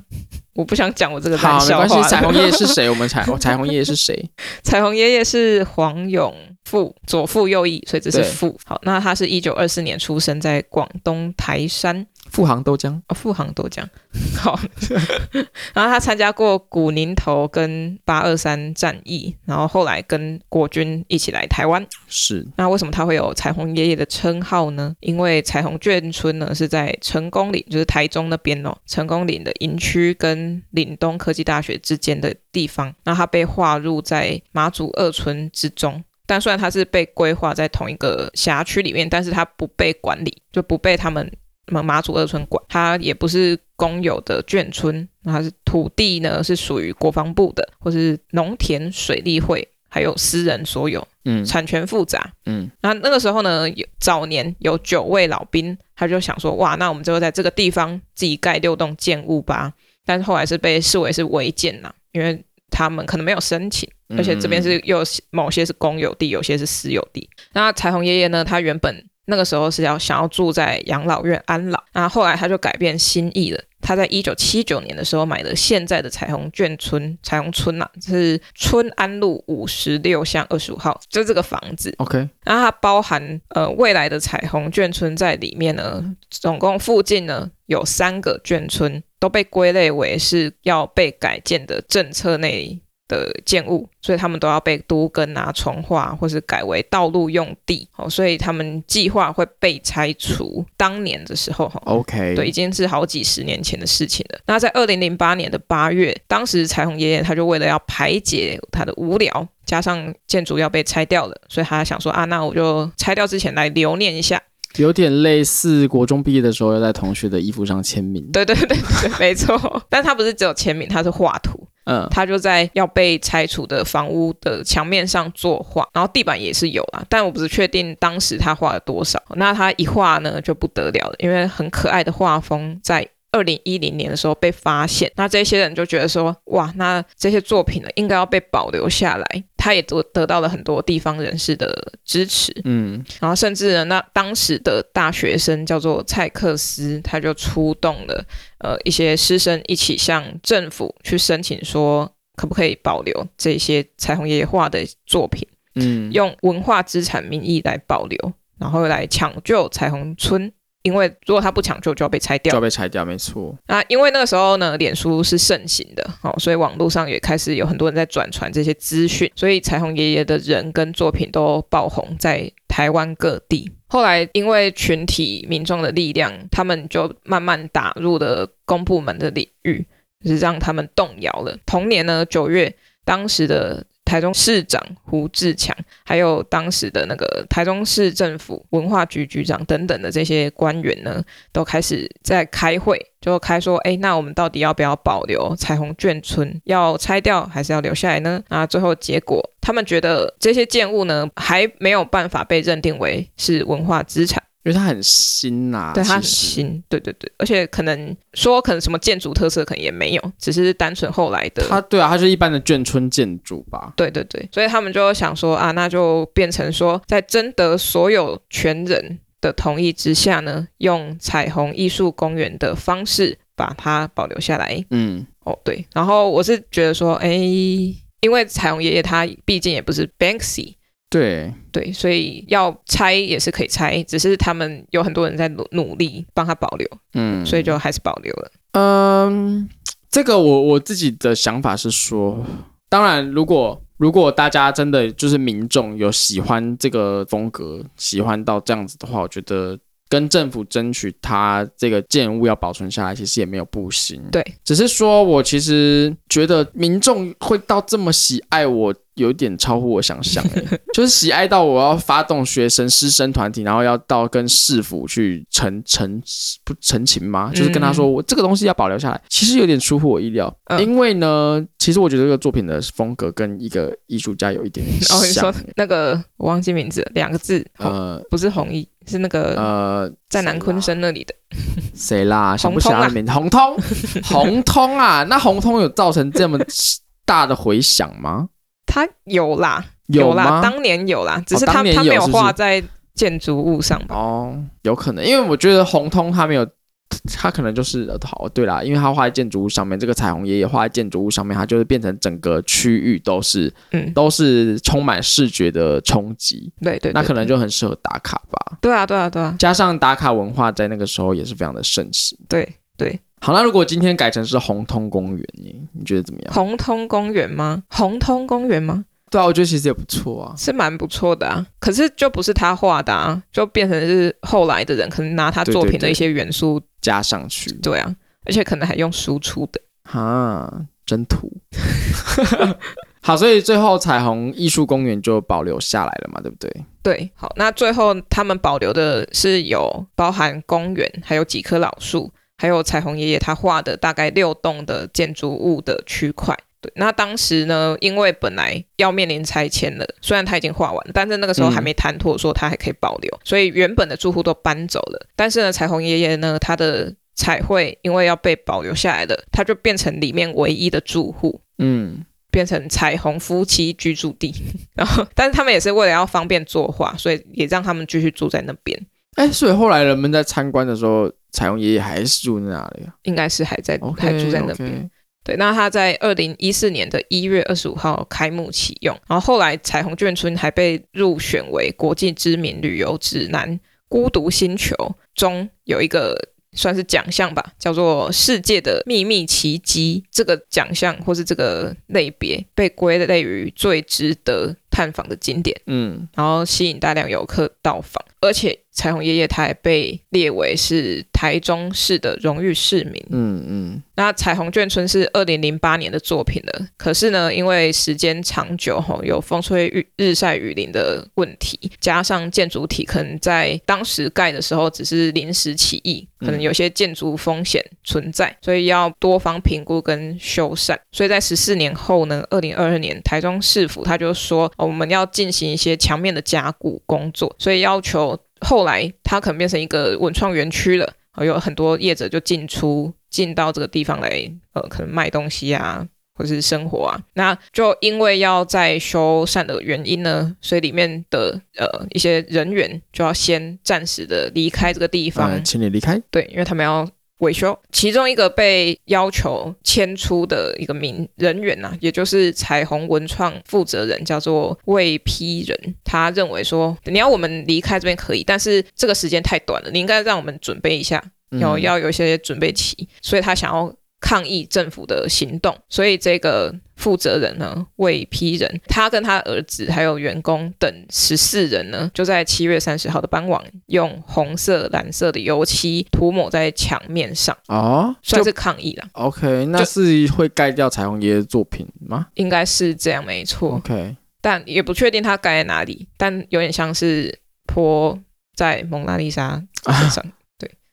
[SPEAKER 1] 我不想讲我这个
[SPEAKER 2] 好
[SPEAKER 1] 烂，
[SPEAKER 2] 没
[SPEAKER 1] 笑
[SPEAKER 2] 关
[SPEAKER 1] 话
[SPEAKER 2] 系
[SPEAKER 1] 了。。
[SPEAKER 2] 彩虹爷爷是谁？我们彩彩虹爷爷是谁？
[SPEAKER 1] (laughs) 彩虹爷爷是黄永富，左富右翼，所以这是
[SPEAKER 2] 对
[SPEAKER 1] 富。好，那他是一九二四年出生在广东台山，
[SPEAKER 2] 富航豆浆，
[SPEAKER 1] 哦，富航豆浆。好， (laughs) 然后他参加过古宁头跟八二三战役，然后后来跟国军一起来台湾。
[SPEAKER 2] 是
[SPEAKER 1] 那为什么他会有彩虹爷爷的称号呢？因为彩虹眷村呢是在成功岭，就是台中那边哦，成功岭的营区跟岭东科技大学之间的地方。那它被划入在马祖二村之中。但虽然它是被规划在同一个辖区里面，但是它不被管理，就不被他们马马祖二村管，它也不是公有的眷村，那它是土地呢是属于国防部的，或是农田水利会，还有私人所有，
[SPEAKER 2] 嗯
[SPEAKER 1] 产权复杂。
[SPEAKER 2] 嗯
[SPEAKER 1] 那那个时候呢，有早年有九位老兵，他就想说，哇，那我们就在这个地方自己盖六栋建物吧。但是后来是被视为是违建呐、因为他们可能没有申请，
[SPEAKER 2] 嗯
[SPEAKER 1] 而且这边是又是某些是公有地，有些是私有地。那彩虹爷爷呢，他原本那个时候是要想要住在养老院安老，那后来他就改变心意了。他在一九七九年的时候买了现在的彩虹眷村，彩虹村呐、啊是春安路五十六巷二十五号，就这个房子。
[SPEAKER 2] OK，
[SPEAKER 1] 那它包含呃未来的彩虹眷村在里面呢，总共附近呢有三个眷村都被归类为是要被改建的政策内的建物，所以他们都要被都更啊、重划或是改为道路用地哦，所以他们计划会被拆除。当年的时候哈。哦
[SPEAKER 2] OK，
[SPEAKER 1] 对，已，经是好几十年前的事情了。那在二零零八年的八月，当时彩虹爷爷他就为了要排解他的无聊，加上建筑要被拆掉了，所以他想说啊，那我就拆掉之前来留念一下。
[SPEAKER 2] 有点类似国中毕业的时候要在同学的衣服上签名。
[SPEAKER 1] 对对对对，没错。 (laughs) 但他不是只有签名，他是画图，
[SPEAKER 2] 嗯，
[SPEAKER 1] 他就在要被拆除的房屋的墙面上作画，然后地板也是有啦，但我不是确定当时他画了多少。那他一画呢就不得了了，因为很可爱的画风在。二零一零年的时候被发现，那这些人就觉得说，哇，那这些作品呢应该要被保留下来。他也得得到了很多地方人士的支持，
[SPEAKER 2] 嗯，
[SPEAKER 1] 然后甚至呢，那当时的大学生叫做蔡克斯，他就出动了呃一些师生一起向政府去申请说，可不可以保留这些彩虹爷爷画的作品，
[SPEAKER 2] 嗯，
[SPEAKER 1] 用文化资产名义来保留，然后来抢救彩虹村。因为如果他不抢救，就要被拆
[SPEAKER 2] 就
[SPEAKER 1] 掉
[SPEAKER 2] 要。被拆掉，没错。
[SPEAKER 1] 那因为那个时候呢，脸书是盛行的，哦，所以网络上也开始有很多人在转传这些资讯，所以彩虹爷爷的人跟作品都爆红在台湾各地。后来因为群体民众的力量，他们就慢慢打入了公部门的领域，就是让他们动摇了。同年呢，九月，当时的台中市长胡志强，还有当时的那个台中市政府文化局局长等等的这些官员呢，都开始在开会，就开说，哎，那我们到底要不要保留彩虹眷村？要拆掉还是要留下来呢？那最后结果，他们觉得这些建物呢还没有办法被认定为是文化资产，
[SPEAKER 2] 因为它很新呐、
[SPEAKER 1] 对，它很
[SPEAKER 2] 其实
[SPEAKER 1] 新，对对对，而且可能说可能什么建筑特色可能也没有，只是单纯后来的。
[SPEAKER 2] 它对啊，它就是一般的眷村建筑吧。
[SPEAKER 1] 对对对，所以他们就想说啊，那就变成说，在征得所有权人的同意之下呢，用彩虹艺术公园的方式把它保留下来。
[SPEAKER 2] 嗯，
[SPEAKER 1] 哦，对，然后我是觉得说，哎，因为彩虹爷爷他毕竟也不是 Banksy，
[SPEAKER 2] 对，
[SPEAKER 1] 对，所以要拆也是可以拆，只是他们有很多人在努努力帮他保留，
[SPEAKER 2] 嗯，
[SPEAKER 1] 所以就还是保留了。
[SPEAKER 2] 嗯，这个我我自己的想法是说，当然，如果如果大家真的就是民众有喜欢这个风格，喜欢到这样子的话，我觉得跟政府争取它这个建物要保存下来，其实也没有不行。
[SPEAKER 1] 对，
[SPEAKER 2] 只是说我其实觉得民众会到这么喜爱我，有点超乎我想象、
[SPEAKER 1] (laughs)
[SPEAKER 2] 欸，就是喜爱到我要发动学生师生团体，然后要到跟市府去陈陈不陈情吗？就是跟他说
[SPEAKER 1] 嗯
[SPEAKER 2] 我这个东西要保留下来，其实有点出乎我意料，
[SPEAKER 1] 嗯
[SPEAKER 2] 因为呢，其实我觉得这个作品的风格跟一个艺术家有一点点
[SPEAKER 1] (laughs) 然后哦你
[SPEAKER 2] 像
[SPEAKER 1] 说，那个我忘记名字了，两个字，红
[SPEAKER 2] 呃
[SPEAKER 1] 不是红衣，是那个
[SPEAKER 2] 呃，
[SPEAKER 1] 在南昆生那里的。
[SPEAKER 2] 谁啦？想
[SPEAKER 1] 红
[SPEAKER 2] 不起来
[SPEAKER 1] 通
[SPEAKER 2] 他
[SPEAKER 1] 啊
[SPEAKER 2] 的名字。红
[SPEAKER 1] (laughs)
[SPEAKER 2] 通，红通啊，那红通有造成这么大的回响吗？
[SPEAKER 1] 他有啦，啦，
[SPEAKER 2] 吗？
[SPEAKER 1] 当年有啦，只
[SPEAKER 2] 哦
[SPEAKER 1] 是他、
[SPEAKER 2] 当年
[SPEAKER 1] 他
[SPEAKER 2] 有
[SPEAKER 1] 没有
[SPEAKER 2] 是不是
[SPEAKER 1] 画在建筑物上吧？
[SPEAKER 2] 哦，有可能，因为我觉得红通他没有，他可能就是呃好对啦，因为他画在建筑物上面，这个彩虹爷爷画在建筑物上面，它就是变成整个区域都是
[SPEAKER 1] 嗯，
[SPEAKER 2] 都是充满视觉的冲击，
[SPEAKER 1] 对对对，
[SPEAKER 2] 那可能就很适合打卡吧。
[SPEAKER 1] 对啊对啊对啊，
[SPEAKER 2] 加上打卡文化在那个时候也是非常的盛行。
[SPEAKER 1] 对对，
[SPEAKER 2] 好，那如果今天改成是红通公园，你你觉得怎么样？
[SPEAKER 1] 红通公园吗？红通公园吗？
[SPEAKER 2] 对啊，我觉得其实也不错啊。
[SPEAKER 1] 是蛮不错的啊，可是就不是他画的啊，就变成是后来的人可能拿他
[SPEAKER 2] 对对
[SPEAKER 1] 作品的
[SPEAKER 2] 对
[SPEAKER 1] 一些元素，
[SPEAKER 2] 加上去，
[SPEAKER 1] 对啊，而且可能还用输出的。
[SPEAKER 2] 哈，真土。 (laughs) 好，所以最后彩虹艺术公园就保留下来了嘛，对不对？
[SPEAKER 1] 对，好，那最后他们保留的是有包含公园，还有几棵老树，还有彩虹爷爷他画的大概六栋的建筑物的区块。对，那当时呢，因为本来要面临拆迁了，虽然他已经画完，但是那个时候还没谈妥说他还可以保留，所以原本的住户都搬走了。但是呢，彩虹爷爷呢，他的彩绘因为要被保留下来了，他就变成里面唯一的住户。
[SPEAKER 2] 嗯，
[SPEAKER 1] 变成彩虹夫妻居住地， (laughs) 然后但是他们也是为了要方便作画，所以也让他们继续住在那边，
[SPEAKER 2] 哎，所以后来人们在参观的时候，彩虹爷爷还是住在那里啊
[SPEAKER 1] 应该是还在
[SPEAKER 2] OK，
[SPEAKER 1] 还住在那
[SPEAKER 2] OK
[SPEAKER 1] 边。对，那他在二零一四年的一月二十五号开幕启用，然后后来彩虹眷村还被入选为国际知名旅游指南《孤独星球》中有一个算是奖项吧，叫做“世界的秘密奇迹”这个奖项或是这个类别被归类于最值得探访的景点。
[SPEAKER 2] 嗯，
[SPEAKER 1] 然后吸引大量游客到访，而且彩虹爷爷他也被列为是台中市的荣誉市民。
[SPEAKER 2] 嗯嗯，
[SPEAKER 1] 那彩虹眷村是二零零八年的作品了，可是呢，因为时间长久吼，有风吹日日晒雨淋的问题，加上建筑体可能在当时盖的时候只是临时起意，
[SPEAKER 2] 嗯
[SPEAKER 1] 可能有些建筑风险存在，所以要多方评估跟修缮。所以在十四年后呢，二零二二年台中市府他就说、哦我们要进行一些墙面的加固工作，所以要求后来它可能变成一个文创园区了，呃有很多业者就进出进到这个地方来，呃，可能卖东西啊，或是生活啊。那就因为要在修缮的原因呢，所以里面的呃一些人员就要先暂时的离开这个地方，
[SPEAKER 2] 呃，请你离开。
[SPEAKER 1] 对，因为他们要维修。其中一个被要求迁出的一个名人员呐、也就是彩虹文创负责人，叫做魏批人，他认为说，你要我们离开这边可以，但是这个时间太短了，你应该让我们准备一下，有
[SPEAKER 2] 嗯，
[SPEAKER 1] 要有一些准备期，所以他想要抗议政府的行动，所以这个负责人呢，魏批人，他跟他儿子还有员工等十四人呢，就在七月三十号的傍晚，用红色、蓝色的油漆涂抹在墙面上，
[SPEAKER 2] 哦，
[SPEAKER 1] 算
[SPEAKER 2] 就是
[SPEAKER 1] 抗议啦，
[SPEAKER 2] OK，那
[SPEAKER 1] 就是
[SPEAKER 2] 会盖掉彩虹爷爷的作品吗
[SPEAKER 1] 应该是这样没错，
[SPEAKER 2] ？OK，
[SPEAKER 1] 但也不确定他盖在哪里，但有点像是泼在蒙娜丽莎身上。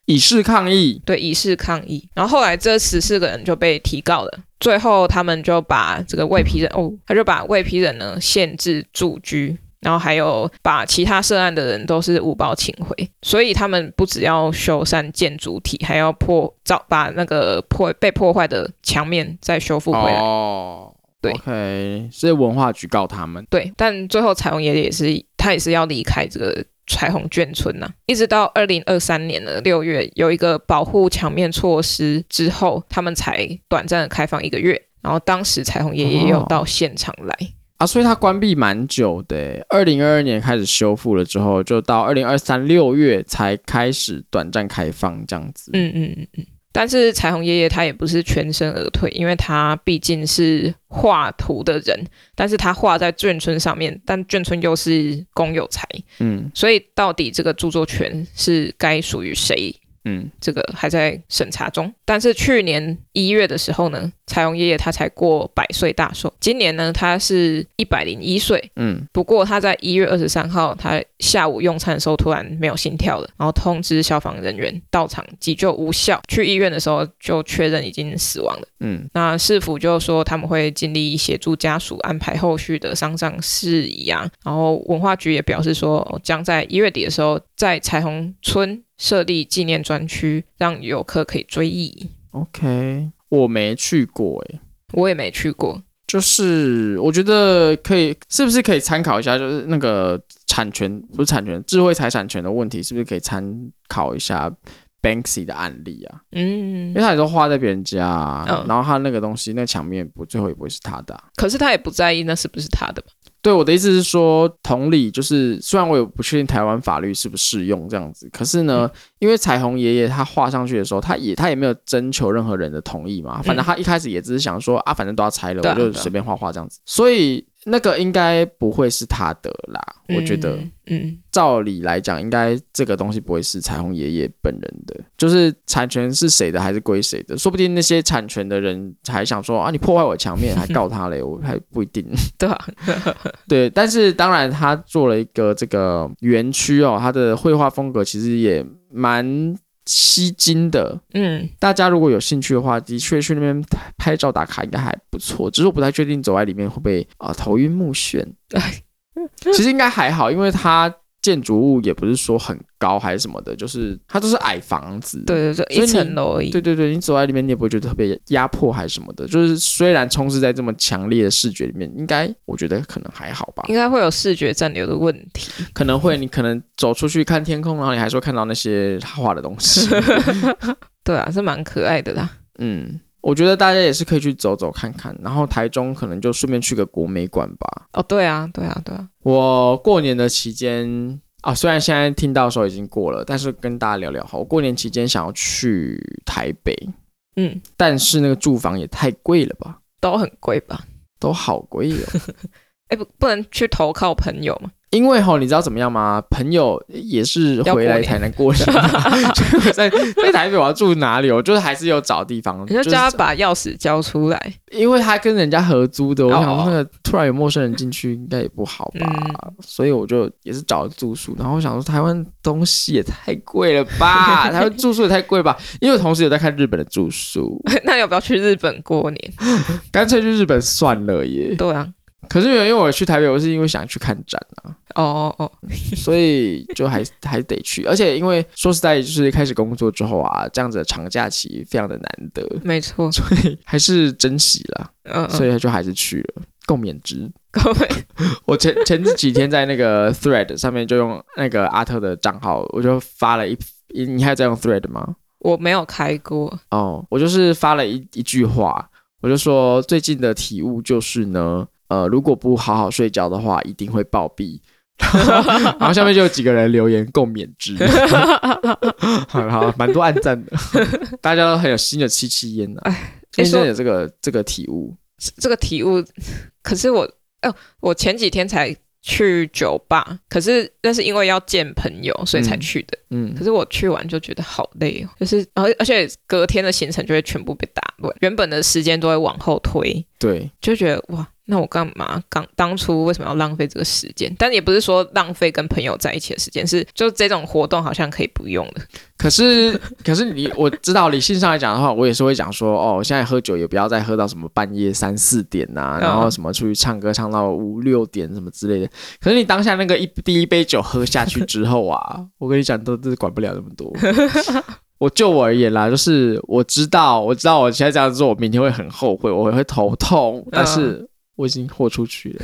[SPEAKER 2] 以示抗议。
[SPEAKER 1] 对，以示抗议。然后后来这十四个人就被提告了，最后他们就把这个未批人哦，他就把未批人呢限制住居。然后还有把其他涉案的人都是五包请回，所以他们不只要修缮建筑体，还要破造把那个破被破坏的墙面再修复回来。
[SPEAKER 2] 哦，
[SPEAKER 1] 啊对
[SPEAKER 2] ，OK，所以文化局告他们，
[SPEAKER 1] 对，但最后彩虹爷爷也是他也是要离开这个彩虹眷村呐、一直到二零二三年的六月，有一个保护墙面措施之后，他们才短暂的开放一个月。然后当时彩虹爷爷也有到现场来，
[SPEAKER 2] 啊，所以它关闭蛮久的，欸二零二二年开始修复了之后，就到二零二三六月才开始短暂开放这样子。
[SPEAKER 1] 嗯嗯嗯嗯。但是彩虹爷爷他也不是全身而退，因为他毕竟是画图的人，但是他画在眷村上面，但眷村又是公有财，
[SPEAKER 2] 嗯
[SPEAKER 1] 所以到底这个著作权是该属于谁
[SPEAKER 2] 嗯，
[SPEAKER 1] 这个还在审查中。但是去年一月的时候呢，彩虹爷爷他才过百岁大寿，今年呢他是一百零一岁。
[SPEAKER 2] 嗯，
[SPEAKER 1] 不过他在一月二十三号，他下午用餐的时候突然没有心跳了，然后通知消防人员到场急救无效，去医院的时候就确认已经死亡了。
[SPEAKER 2] 嗯
[SPEAKER 1] 那市府就说他们会尽力协助家属安排后续的丧葬事宜啊。然后文化局也表示说，哦将在一月底的时候在彩虹村设立纪念专区，让游客可以追忆。
[SPEAKER 2] ，OK，我没去过，哎，
[SPEAKER 1] 我也没去过，
[SPEAKER 2] 就是我觉得可以，是不是可以参考一下，就是那个产权不是产权，智慧财产权的问题，是不是可以参考一下 Banksy 的案例啊？
[SPEAKER 1] 嗯
[SPEAKER 2] 因为，他也都画在别人家、啊，
[SPEAKER 1] 嗯
[SPEAKER 2] 然后他那个东西，那墙面不最后也不会是他的啊、
[SPEAKER 1] 可是他也不在意那是不是他的吧？
[SPEAKER 2] 对我的意思是说，同理，就是虽然我也不确定台湾法律是不是适用这样子，可是呢，
[SPEAKER 1] 嗯
[SPEAKER 2] 因为彩虹爷爷他画上去的时候，他也他也没有征求任何人的同意嘛，反正他一开始也只是想说啊，反正都要拆了，
[SPEAKER 1] 嗯对
[SPEAKER 2] 我
[SPEAKER 1] 啊
[SPEAKER 2] 就随便画画这样子，所以那个应该不会是他的啦，我觉得。
[SPEAKER 1] 嗯，嗯
[SPEAKER 2] 照理来讲，应该这个东西不会是彩虹爷爷本人的，就是产权是谁的还是归谁的，说不定那些产权的人还想说啊，你破坏我墙面还告他嘞，我还不一定。
[SPEAKER 1] 对啊，
[SPEAKER 2] 对，但是当然他做了一个这个园区哦，他的绘画风格其实也蛮吸睛的。
[SPEAKER 1] 嗯，
[SPEAKER 2] 大家如果有兴趣的话，的确去那边拍照打卡应该还不错，只是我不太确定走在里面会不会啊、头晕目眩。其实应该还好，因为它建筑物也不是说很高还是什么的，就是它都是矮房子。
[SPEAKER 1] 对对对，
[SPEAKER 2] 所以
[SPEAKER 1] 一
[SPEAKER 2] 你
[SPEAKER 1] 层楼而已。
[SPEAKER 2] 对对对，你走在里面你也不会觉得特别压迫还是什么的，就是虽然充斥在这么强烈的视觉里面，应该我觉得可能还好吧
[SPEAKER 1] 应，该会有视觉暂留的问题，
[SPEAKER 2] 可能会你可能走出去看天空，然后你还是会看到那些他画的东
[SPEAKER 1] (laughs)
[SPEAKER 2] 西。
[SPEAKER 1] 对啊，是蛮可爱的啦。
[SPEAKER 2] 嗯，我觉得大家也是可以去走走看看，然后台中可能就顺便去个国美馆吧。
[SPEAKER 1] 哦，对啊，对啊，对啊，
[SPEAKER 2] 我过年的期间啊，虽然现在听到的时候已经过了，但是跟大家聊聊好。我过年期间想要去台北，
[SPEAKER 1] 嗯，
[SPEAKER 2] 但是那个住房也太贵了吧，
[SPEAKER 1] 都很贵吧？
[SPEAKER 2] 都好贵哦。
[SPEAKER 1] (laughs) 哎，不，不能去投靠朋友嘛？
[SPEAKER 2] 因为吼，你知道怎么样吗？朋友也是回来台南过年、 (laughs) 啊，所以我在在台北我要住哪里？我就是还是有找地方，
[SPEAKER 1] 你就是叫他把钥匙交出来。
[SPEAKER 2] 因为他跟人家合租的，我
[SPEAKER 1] 哦
[SPEAKER 2] 想说那个突然有陌生人进去，应该也不好
[SPEAKER 1] 嗯
[SPEAKER 2] 吧，所以我就也是找住宿。然后我想说，台湾东西也太贵了
[SPEAKER 1] (laughs)
[SPEAKER 2] 吧，台湾住宿也太贵吧。因为我同时有在看日本的
[SPEAKER 1] (laughs)
[SPEAKER 2] 住宿，
[SPEAKER 1] 那要不要去日本过年？
[SPEAKER 2] 干脆去日本算了耶。
[SPEAKER 1] 对啊，
[SPEAKER 2] 可是因为我去台北，我是因为想去看展啊，
[SPEAKER 1] (laughs) 哦哦哦，
[SPEAKER 2] 所以就还还得去。而且因为说实在，就是开始工作之后啊，这样子的长假期非常的难得，
[SPEAKER 1] 没错，
[SPEAKER 2] 还是珍惜啦，
[SPEAKER 1] 嗯嗯，
[SPEAKER 2] 所以就还是去了，共勉之。
[SPEAKER 1] 各位，
[SPEAKER 2] 我前前几天在那个 Thread 上面就用那个阿特的账号，我就发了一，一你还有在用 Thread 吗？
[SPEAKER 1] 我没有开过，
[SPEAKER 2] 哦，我就是发了一一句话，我就说最近的体悟就是呢，呃，如果不好好睡觉的话，一定会暴毙。 (laughs) 然后下面就有几个人留言共勉之， (laughs) 好好，蛮多暗赞的，大家都很有新的七七烟呐、啊。最近真的有这个这个体悟，
[SPEAKER 1] 这这个体悟，可是我，哦，我前几天才去酒吧，可是那是因为要见朋友，所以才去的。
[SPEAKER 2] 嗯
[SPEAKER 1] 可，是我去完就觉得好累哦，就是，而而且隔天的行程就会全部被打乱，原本的时间都会往后推，
[SPEAKER 2] 对，
[SPEAKER 1] 就觉得哇，那我干嘛刚当初为什么要浪费这个时间？但也不是说浪费跟朋友在一起的时间，是就这种活动好像可以不用的。
[SPEAKER 2] 可是， (laughs) 可是你我知道，理性上来讲的话，我也是会讲说，哦，现在喝酒也不要再喝到什么半夜三四点呐、
[SPEAKER 1] 嗯
[SPEAKER 2] 然后什么出去唱歌唱到五六点什么之类的。可是你当下那个一第一杯酒喝下去之后啊， (laughs) 我跟你讲，都都管不了那么多。 (laughs) 我就我而言啦，就是我知道，我知道我现在这样做，我明天会很后悔，我会头痛，但是我已经豁出去了。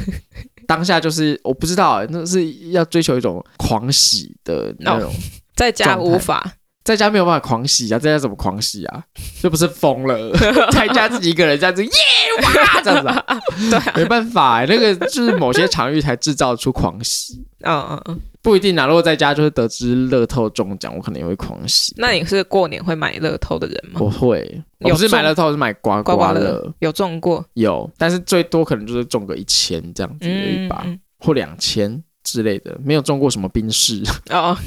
[SPEAKER 2] 当下就是我不知道、那是要追求一种狂喜的那种
[SPEAKER 1] 在家
[SPEAKER 2] 状态
[SPEAKER 1] 无法，
[SPEAKER 2] 在家没有办法狂喜啊，在家怎么狂喜啊？这不是疯了， (laughs) 在家自己一个人这样子耶哇这样
[SPEAKER 1] (laughs)
[SPEAKER 2] 子、啊，
[SPEAKER 1] 对啊，
[SPEAKER 2] 没办法、欸那个就是某些场域才制造出狂喜，
[SPEAKER 1] 嗯嗯嗯。
[SPEAKER 2] 不一定啊。如果在家就是得知乐透中奖，我可能也会狂喜。
[SPEAKER 1] 那你是过年会买乐透的人吗？
[SPEAKER 2] 我会，我
[SPEAKER 1] 有
[SPEAKER 2] 不是
[SPEAKER 1] 中
[SPEAKER 2] 买乐透，我是买刮
[SPEAKER 1] 刮刮
[SPEAKER 2] 乐，
[SPEAKER 1] 乐有中过，
[SPEAKER 2] 有，但是最多可能就是中个一千这样子的一
[SPEAKER 1] 嗯，
[SPEAKER 2] 把、
[SPEAKER 1] 嗯
[SPEAKER 2] 或两千之类的，没有中过什么冰室。
[SPEAKER 1] 哦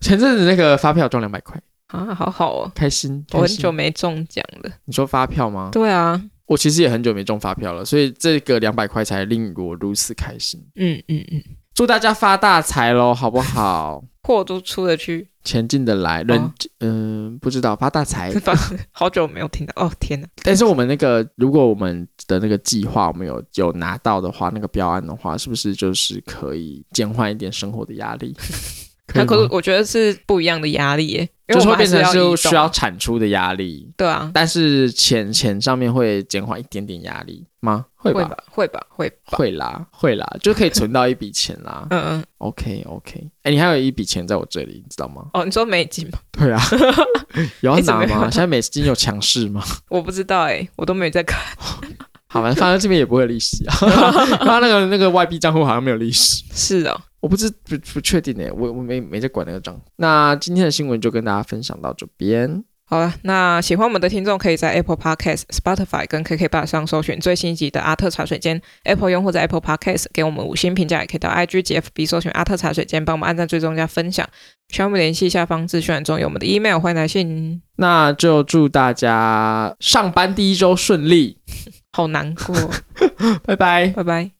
[SPEAKER 2] 前阵子那个发票中两百块，
[SPEAKER 1] 啊，好好哦，
[SPEAKER 2] 开心。
[SPEAKER 1] 我
[SPEAKER 2] 开
[SPEAKER 1] 很
[SPEAKER 2] 心
[SPEAKER 1] 久没中奖了。
[SPEAKER 2] 你说发票吗？
[SPEAKER 1] 对啊，
[SPEAKER 2] 我其实也很久没中发票了，所以这个两百块才令我如此开心。
[SPEAKER 1] 嗯嗯嗯，
[SPEAKER 2] 祝大家发大财喽，好
[SPEAKER 1] (laughs)
[SPEAKER 2] 不好？
[SPEAKER 1] 货都出得去，
[SPEAKER 2] 前进的来，人
[SPEAKER 1] 哦。
[SPEAKER 2] 嗯、不知道发大财
[SPEAKER 1] (laughs) 反正好久没有听到哦，天哪，
[SPEAKER 2] 但是我们那个，如果我们的那个计划，我们有有拿到的话，那个标案的话，是不是就是可以减缓一点生活的压
[SPEAKER 1] (laughs)
[SPEAKER 2] 力？可以
[SPEAKER 1] 那可
[SPEAKER 2] 吗
[SPEAKER 1] 是我觉得是不一样的压力耶，因
[SPEAKER 2] 就
[SPEAKER 1] 为我
[SPEAKER 2] 是会
[SPEAKER 1] 们还
[SPEAKER 2] 变
[SPEAKER 1] 是
[SPEAKER 2] 成
[SPEAKER 1] 要移
[SPEAKER 2] 是需要
[SPEAKER 1] 动，啊
[SPEAKER 2] 产出的压力，
[SPEAKER 1] 对啊，
[SPEAKER 2] 但是钱钱上面会减缓一点点压力吗？会
[SPEAKER 1] 会
[SPEAKER 2] 吧，
[SPEAKER 1] 吧，会吧，会吧，
[SPEAKER 2] 会啦，会啦，就可以存到一笔钱啦。
[SPEAKER 1] 嗯嗯，
[SPEAKER 2] OK OK，哎、你还有一笔钱在我这里，你知道吗？
[SPEAKER 1] 哦，你说美金吗？
[SPEAKER 2] (laughs) 对啊， (laughs) 哎有要
[SPEAKER 1] 一直
[SPEAKER 2] 拿
[SPEAKER 1] 没有
[SPEAKER 2] 吗？现在美金有强势 (laughs) 吗？
[SPEAKER 1] 我不知道哎，我都没在看， (laughs)
[SPEAKER 2] 好吧，反正这边也不会有利息 (laughs) 啊。他那个那个外币账户好像没有利息，
[SPEAKER 1] 是哦，
[SPEAKER 2] 我不知不不确定哎、我我没没在管那个账。那今天的新闻就跟大家分享到这边，
[SPEAKER 1] 好了，那喜欢我们的听众可以在 Apple Podcast、Spotify 跟 KK b o x 上搜寻最新一集的《阿特茶水间》。Apple 用户在 Apple Podcast 给我们五星评价，也可以到 IG、GFB 搜寻“阿特茶水间”，帮我们按赞、追踪加分享。需要我们联系，下方资讯栏中有我们的 email，欢迎来信。
[SPEAKER 2] 那就祝大家上班第一周顺利，
[SPEAKER 1] 好难过，
[SPEAKER 2] (laughs)
[SPEAKER 1] 哦
[SPEAKER 2] 拜拜。
[SPEAKER 1] 拜拜。